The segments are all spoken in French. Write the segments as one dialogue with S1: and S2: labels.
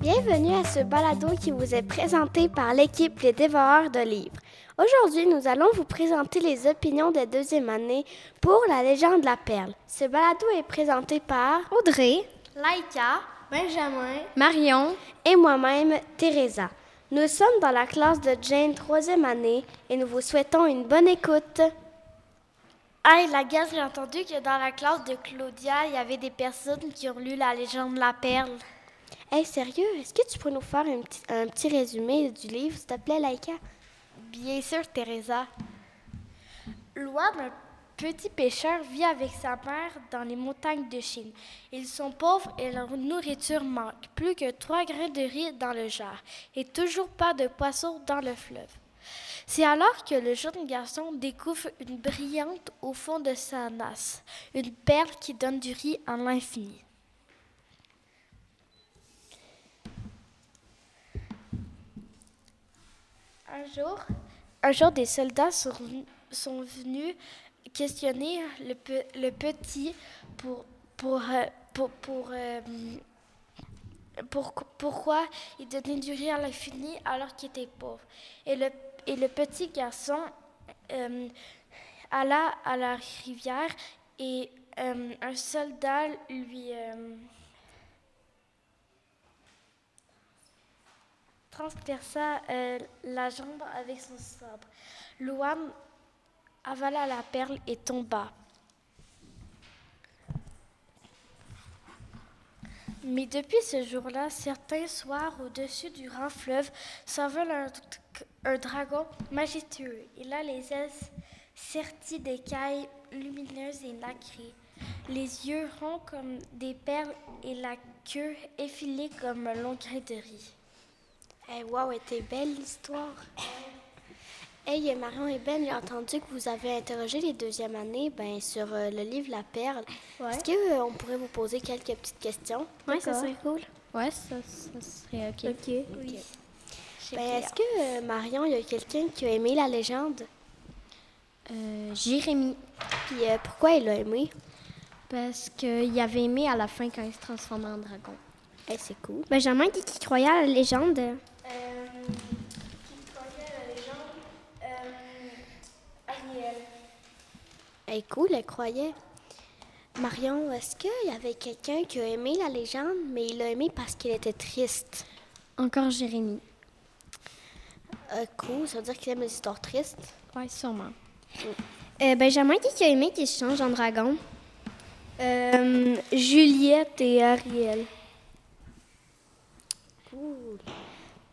S1: bienvenue à ce balado qui vous est présenté par l'équipe Les Dévoreurs de Livres. Aujourd'hui, nous allons vous présenter les opinions des deuxième années pour La Légende de la Perle. Ce balado est présenté par
S2: Audrey,
S3: Laïka, Benjamin,
S2: Marion
S1: et moi-même, Teresa. Nous sommes dans la classe de Jane troisième année et nous vous souhaitons une bonne écoute.
S4: Ah, et la gaz, j'ai entendu que dans la classe de Claudia, il y avait des personnes qui ont lu La Légende de la Perle.
S1: Hé, hey, sérieux, est-ce que tu pourrais nous faire un petit, un petit résumé du livre, s'il te plaît, Laïka?
S4: Bien sûr, Teresa. Loam, un petit pêcheur, vit avec sa mère dans les montagnes de Chine. Ils sont pauvres et leur nourriture manque. Plus que trois grains de riz dans le jar et toujours pas de poisson dans le fleuve. C'est alors que le jeune garçon découvre une brillante au fond de sa nasse, une perle qui donne du riz à l'infini. Un jour, un jour, des soldats sont, sont venus questionner le, pe, le petit pour, pour, euh, pour, pour, euh, pour pourquoi il donnait du riz à l'infini alors qu'il était pauvre. Et le, et le petit garçon euh, alla à la rivière et euh, un soldat lui... Euh, transperça euh, la jambe avec son sabre. Louane avala la perle et tomba. Mais depuis ce jour-là, certains soirs au-dessus du grand fleuve s'envole un, un, dragon majestueux. Il a les ailes serties d'écailles lumineuses et nacrées, les yeux ronds comme des perles et la queue effilée comme un long grain de riz.
S1: Hey, Eh, wow, était belle l'histoire. Hey, Marion et Ben, j'ai entendu que vous avez interrogé les deuxièmes années ben, sur euh, le livre La Perle. Ouais. Est-ce qu'on euh, pourrait vous poser quelques petites questions?
S2: Oui, ça serait cool.
S3: Oui, ça, ça, serait OK.
S2: OK. okay. Oui.
S1: Ben, Est-ce que, euh, Marion, il y a quelqu'un qui a aimé la légende?
S3: Jérémy.
S1: Puis euh, pourquoi il l'a aimé?
S3: Parce qu'il avait aimé à la fin quand il se transformait en dragon.
S1: Hey, Eh, c'est cool.
S2: Benjamin, qui, qui croyait à la légende?
S4: Euh, qui croyait à la légende euh, Ariel.
S1: Hey, Eh, cool, elle croyait. Marion, est-ce qu'il y avait quelqu'un qui a aimé la légende, mais il l'a aimé parce qu'il était triste?
S3: Encore Jérémy.
S1: Euh, cool, ça veut dire qu'il aime les histoires tristes?
S3: Oui, sûrement.
S2: Mm. Benjamin, qui, qui a aimé qu'il se change en dragon?
S3: Euh,
S4: Juliette et Ariel.
S1: Cool.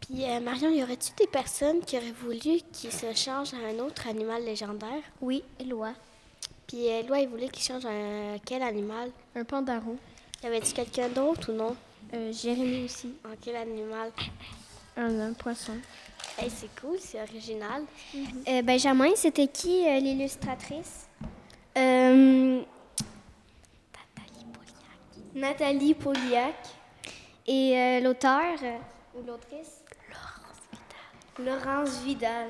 S1: Puis euh, Marion, y aurait-tu des personnes qui auraient voulu qu'il se change à un autre animal légendaire?
S3: Oui, Eloi.
S1: Puis Eloi, il voulait qu'il change à un... quel animal?
S3: Un pandaron.
S1: Y avait-tu quelqu'un d'autre ou non?
S3: Euh, Jérémy aussi.
S1: En quel animal?
S3: Un, un poisson.
S1: Hey, c'est cool, c'est original.
S2: Mm -hmm. euh, Benjamin, c'était qui
S1: euh,
S2: l'illustratrice? Euh,
S3: Nathalie Poliac.
S2: Nathalie Poliac. Et euh, l'auteur euh,
S4: ou l'autrice
S2: Laurence Vidal. Laurence Vidal.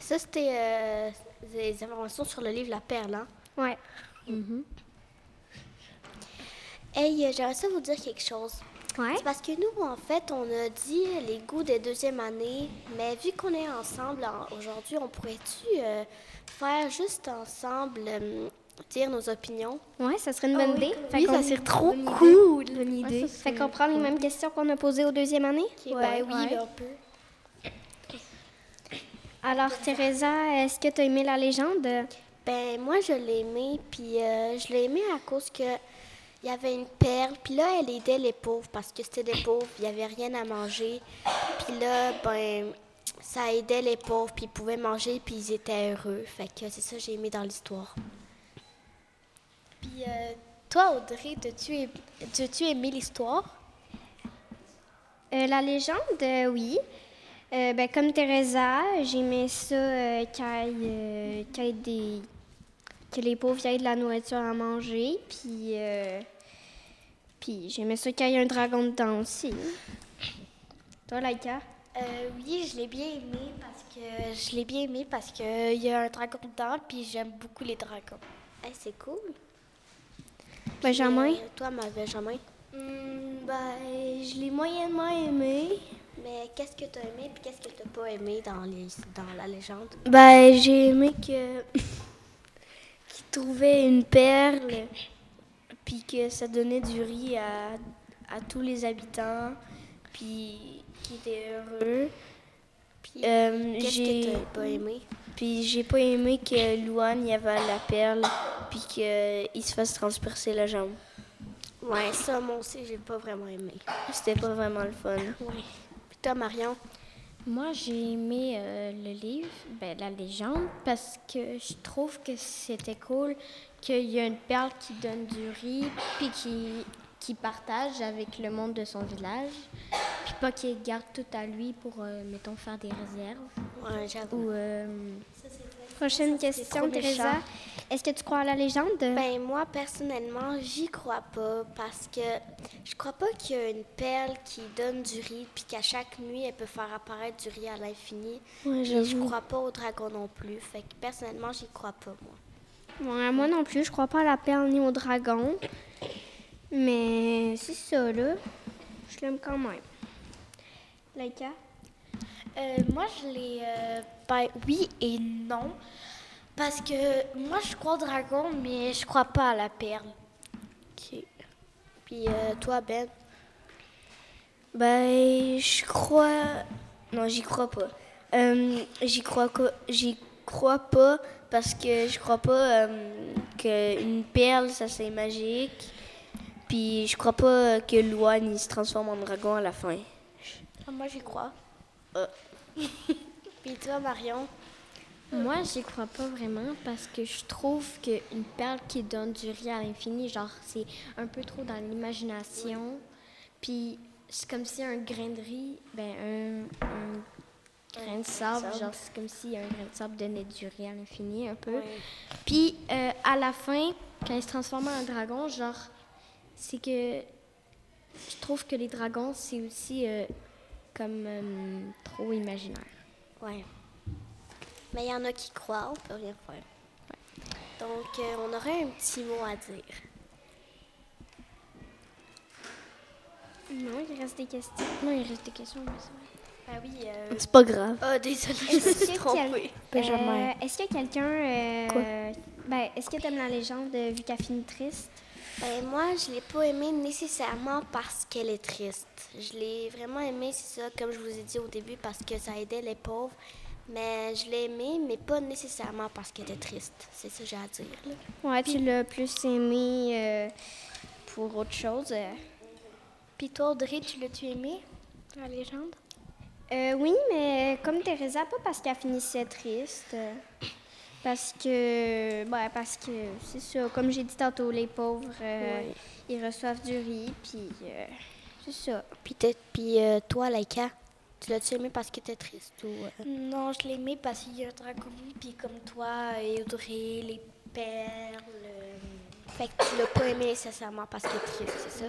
S1: Ça, c'était euh, des informations sur le livre La Perle, hein? Mhm.
S2: Ouais.
S3: Mm -hmm.
S1: Hey, euh, j'aimerais ça vous dire quelque chose.
S2: Ouais.
S1: C'est parce que nous, en fait, on a dit les goûts des deuxièmes années, mais vu qu'on est ensemble en, aujourd'hui, on pourrait-tu euh, faire juste ensemble euh, dire nos opinions.
S2: Ouais, ça serait une bonne oh, idée.
S1: Oui, oui ça serait trop cool.
S2: Bonne idée.
S3: Ouais,
S2: fait qu'on prend les mêmes questions qu'on a posées aux deuxième année.
S1: Okay, ouais, ben oui, ouais. on peut.
S2: Alors, Teresa, est-ce que tu as aimé la légende?
S1: Ben, moi, je l'ai aimée, puis euh, je l'ai aimée à cause que il y avait une perle, puis là, elle aidait les pauvres parce que c'était des pauvres, il n'y avait rien à manger. Puis là, ben, ça aidait les pauvres, puis ils pouvaient manger, puis ils étaient heureux. Fait que c'est ça que j'ai aimé dans l'histoire.
S4: Puis euh, toi, Audrey, as-tu aimé, as aimé l'histoire?
S2: Euh, la légende, euh, oui. ben, comme Teresa, j'aimais ça euh, qu'il qu euh, des... que les pauvres aient de la nourriture à manger. Puis, euh, puis j'aimais ça qu'il y ait un dragon dedans aussi. Toi, Laika?
S4: Euh, oui, je l'ai bien aimé parce que je l'ai bien aimé parce que il y a un dragon dedans, puis j'aime beaucoup les dragons.
S1: Hey, c'est cool.
S2: Benjamin.
S1: Euh, toi, ma Benjamin.
S2: ben, je l'ai moyennement aimé.
S1: Mais qu'est-ce que tu as aimé et qu'est-ce que tu pas aimé dans, les, dans la légende?
S2: Ben, j'ai aimé que qu'il trouvait une perle, puis que ça donnait du riz à, à tous les habitants, puis qu'ils étaient heureux.
S1: Puis
S2: Euh,
S1: qu'est-ce
S2: j'ai-
S1: que tu pas aimé?
S2: Puis j'ai pas aimé que Louane y avait la perle, puis qu'il se fasse transpercer la jambe.
S1: Ouais, ça, moi aussi, j'ai pas vraiment aimé.
S2: C'était pas vraiment le fun.
S1: Ouais. Puis toi, Marion?
S3: Moi, j'ai aimé euh, le livre, ben, la légende, parce que je trouve que c'était cool qu'il y a une perle qui donne du riz, puis qui, qui partage avec le monde de son village, puis pas qu'il garde tout à lui pour, euh, mettons, faire des réserves.
S1: Ouais, j'avoue.
S3: Ou, euh,
S2: Prochaine question, Teresa. Est-ce que tu crois à la légende?
S1: Ben, moi, personnellement, j'y crois pas parce que je crois pas qu'il y a une perle qui donne du riz puis qu'à chaque nuit, elle peut faire apparaître du riz à l'infini.
S2: Ouais,
S1: Puis je
S2: j'avoue.
S1: crois pas au dragon non plus. Fait que personnellement, j'y crois pas, moi.
S2: Ouais, moi non plus, je crois pas à la perle ni au dragon. Mais c'est ça, là. Je l'aime quand même. Laïka?
S4: Euh, moi, je l'ai. euh, ben, oui et non. Parce que moi, je crois au dragon, mais je crois pas à la perle.
S1: OK. Puis euh, toi, Ben?
S2: Ben, je crois. Non, j'y crois pas. Euh, j'y crois co- j'y crois pas parce que je crois pas
S4: euh,
S2: qu'une perle, ça c'est magique. Puis je crois pas que l'ouane il se transforme en dragon à la fin.
S1: moi, j'y crois.
S2: Ah.
S1: puis toi, Marion?
S3: Moi, j'y crois pas vraiment parce que je trouve qu'une perle qui donne du riz à l'infini, genre, c'est un peu trop dans l'imagination. Puis, c'est comme si un grain de riz, ben, un, un grain de sable,
S1: sable.
S3: genre, c'est comme si un grain de sable donnait du riz à l'infini, un peu. Puis, euh, à la fin, quand il se transforme en dragon, genre, c'est que je trouve que les dragons, c'est aussi euh, comme euh, trop imaginaire.
S1: Ouais. Mais il y en a qui croient, on peut rien faire. Donc, euh, on aurait un petit mot à dire.
S3: Non, il reste des questions. Non, il reste des questions, mais c'est
S4: Ben
S3: vrai.
S4: oui. euh,
S2: C'est pas grave.
S1: Ah, désolée, je me suis
S4: Oh,
S1: trompée.
S3: Euh, est-ce que quelqu'un. euh, ben, est-ce que t'aimes la légende de vu qu'elle finit triste?
S1: Ben, moi, je l'ai pas aimée nécessairement parce qu'elle est triste. Je l'ai vraiment aimée, c'est ça, comme je vous ai dit au début, parce que ça aidait les pauvres. Mais je l'ai aimée, mais pas nécessairement parce qu'elle était triste. C'est ça que j'ai à dire. là.
S3: Ouais, tu l'as plus aimé euh, pour autre chose. euh.
S4: Puis toi, Audrey, tu l'as-tu aimé, la légende?
S3: Euh, oui, mais comme Teresa, pas parce qu'elle finissait triste. euh, Parce que. Ben, parce que c'est ça. Comme j'ai dit tantôt, les pauvres, euh, ils reçoivent du riz, puis. euh, c'est ça.
S1: Puis, t'es- puis euh, toi, Laika, tu l'as-tu aimée parce qu'elle était triste ou... euh?
S4: Non, je l'ai aimé parce qu'il y a un dragon, puis comme toi, et Audrey, les perles. euh,
S1: Fait que tu l'as pas aimée nécessairement parce qu'elle est triste, c'est ça?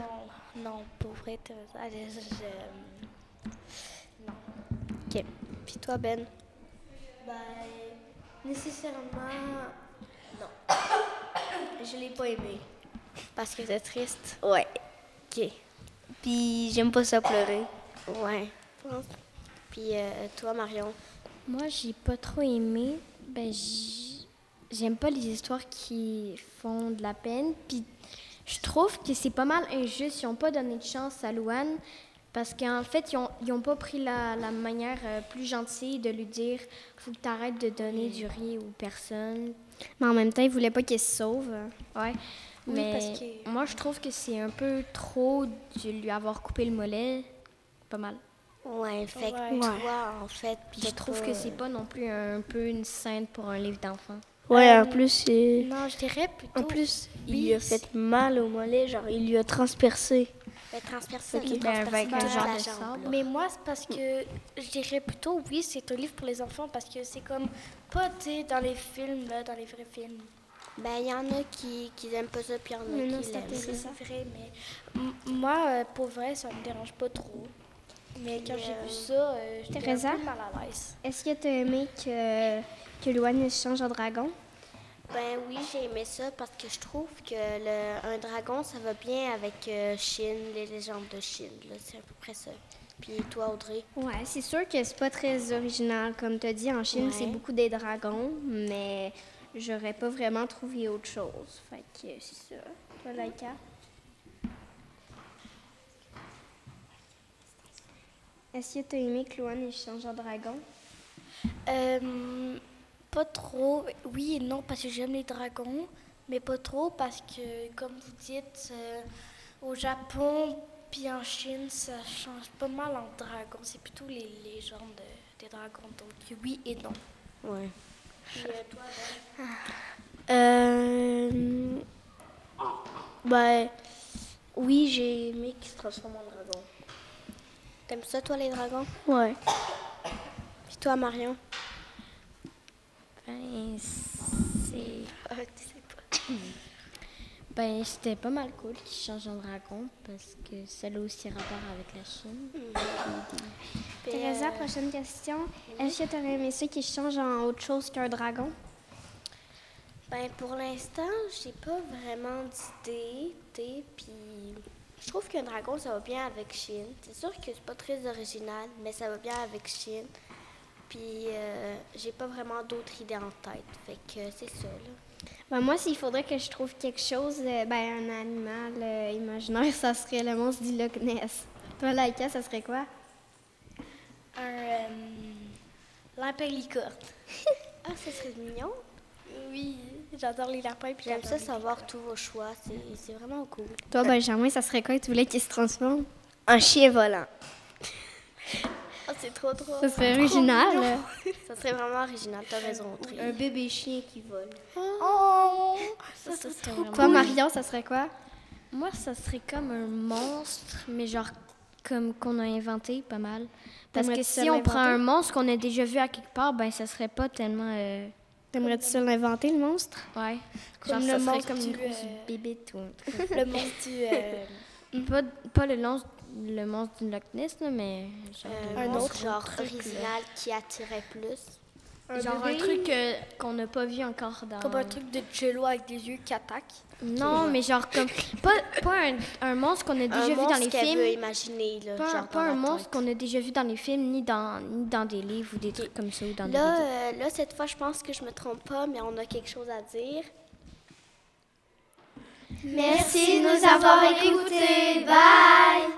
S4: Non, non, pour vrai, t'as- ah, je- je-
S1: euh, OK. Puis toi, Ben?
S2: Nécessairement. Non. Je l'ai pas aimé.
S1: Parce qu'elle était triste?
S2: Ouais.
S1: OK.
S2: Puis j'aime pas ça pleurer.
S1: Ouais. Puis euh, toi, Marion?
S3: Moi, j'ai pas trop aimé. Ben, j'- j'aime pas les histoires qui font de la peine. Puis, je trouve que c'est pas mal injuste. Ils ont pas donné de chance à Louane parce qu'en fait, ils ont, ils ont pas pris la, la manière euh, plus gentille de lui dire faut que t'arrêtes de donner du riz aux personnes. Mais en même temps, ils voulaient pas qu'elle se sauve. Ouais.
S4: Oui,
S3: Mais
S4: parce que-
S3: moi, je trouve que c'est un peu trop de lui avoir coupé le mollet. Pas mal.
S1: Ouais, fait que
S4: Ouais.
S1: toi, en fait,
S3: Puis je
S1: t'as
S3: trouve
S1: pas-
S3: que c'est pas non plus un peu une scène pour un livre d'enfant.
S2: Ouais,
S4: Euh,
S2: en plus, c'est-
S4: Non, je dirais plutôt.
S2: en plus, il
S4: oui,
S2: lui a fait mal au mollet, genre il lui a transpercé.
S1: Mais transpercer,
S2: Ok.
S1: de
S3: Ben, avec
S1: transpercer
S4: un
S1: toute
S4: genre
S1: la
S3: de
S1: jambe,
S3: sabre.
S1: là.
S4: Mais moi, c'est parce que je dirais plutôt oui, c'est un livre pour les enfants parce que c'est comme pas tu sais, dans les films, là, dans les vrais films.
S1: Ben, il y en a qui, qui aiment pas ça, puis il y en a
S4: Non,
S1: qui l'aiment.
S4: c'est vrai, mais m- moi, euh, pour vrai, ça me dérange pas trop. Mais quand j'ai vu ça, euh, j'étais un
S3: Teresa?
S4: peu mal à l'aise.
S3: Est-ce que tu as aimé que, que Louane se change en dragon?
S1: Ben oui, j'ai aimé ça parce que je trouve que le- un dragon, ça va bien avec euh, Chine, les légendes de Chine. là. C'est à peu près ça. Puis toi, Audrey?
S2: Ouais, c'est sûr que c'est pas très original. Comme tu as dit, en Chine,
S1: Ouais.
S2: c'est beaucoup des dragons, mais j'aurais pas vraiment trouvé autre chose. Fait que c'est ça. Toi, Laika? Est-ce que tu as aimé que Loane échange en dragon?
S4: Euh, pas trop, oui et non, parce que j'aime les dragons, mais pas trop parce que, comme vous dites, euh, au Japon puis en Chine, ça change pas mal en dragon. C'est plutôt les légendes de- des dragons, donc oui et non.
S1: Ouais.
S4: Ben?
S5: Euh, ben, oui, j'ai aimé qu'il se transforme en dragon.
S1: T'aimes ça, toi, les dragons?
S5: Ouais.
S1: Puis toi, Marion?
S3: Ben, c'est.
S1: Ah,
S3: Ben, c'était pas mal cool qu'il change en dragon parce que ça a aussi rapport avec la Chine. Euh,
S2: Teresa, prochaine question. Est-ce que tu aurais aimé ça qui change en autre chose qu'un dragon?
S1: Ben, pour l'instant, j'ai pas vraiment d'idée, t'sais, puis je trouve qu'un dragon, ça va bien avec Chine. C'est sûr que c'est pas très original, mais ça va bien avec Chine. Puis euh, j'ai pas vraiment d'autres idées en tête, fait que c'est ça, là.
S2: Ben, moi, s'il faudrait que je trouve quelque chose, euh, ben, un animal euh, imaginaire, ça serait le monstre du Loch Ness. Toi, Laika, ça serait quoi?
S4: Un. Euh, L'impellicorne.
S1: Ah, ça serait mignon.
S4: Oui, j'adore les lapins puis
S1: J'aime
S4: j'aime
S1: ça savoir tous vos choix, c'est- c'est vraiment cool.
S3: Euh,
S2: Toi, Benjamin, ça serait quoi que tu voulais qu'il se transforme?
S5: Un chien volant.
S1: Ah, c'est trop drôle.
S2: Ça
S3: Oh,
S2: serait original. là.
S1: Ça serait vraiment original, t'as raison, Audrey.
S5: Un bébé chien qui vole.
S4: Oh,
S1: Ça, ça, c'est
S2: Toi, Marion, ça serait quoi?
S3: Moi, ça serait comme un monstre, mais genre comme qu'on a inventé pas mal. Parce que
S2: T'aimerais-tu ça
S3: si on prend
S2: l'inventer?
S3: un monstre qu'on a déjà vu à quelque part, ben, ça serait pas tellement. euh,
S2: T'aimerais-tu ça l'inventer, le monstre?
S3: Ouais.
S4: Comme
S3: Genre,
S4: le
S3: ça serait
S4: monstre
S3: comme une
S4: du,
S3: grosse
S4: euh,
S3: bébête ou un truc.
S4: le monstre du. euh,
S3: Pas, pas le, lance- le monstre du Loch Ness, là, mais. genre de-
S1: Euh, un autre genre original qui attirait plus.
S3: genre un truc euh, qu'on n'a pas vu encore dans.
S4: comme un truc de jello avec des yeux qui attaquent.
S3: Non, mais genre comme. Pas, pas un, un monstre qu'on a déjà
S1: un
S3: vu dans
S1: monstre
S3: les
S1: qu'elle veut
S3: films.
S1: imaginer, là,
S3: Pas,
S1: euh, genre
S3: pas
S1: dans la
S3: un monstre
S1: tête.
S3: qu'on a déjà vu dans les films, ni dans, ni dans des livres ou des trucs comme ça. Ou dans des
S1: Là,
S3: vidéos.
S1: euh, là, cette fois, je pense que je me trompe pas, mais on a quelque chose à dire.
S5: Merci de nous avoir écoutés. Bye!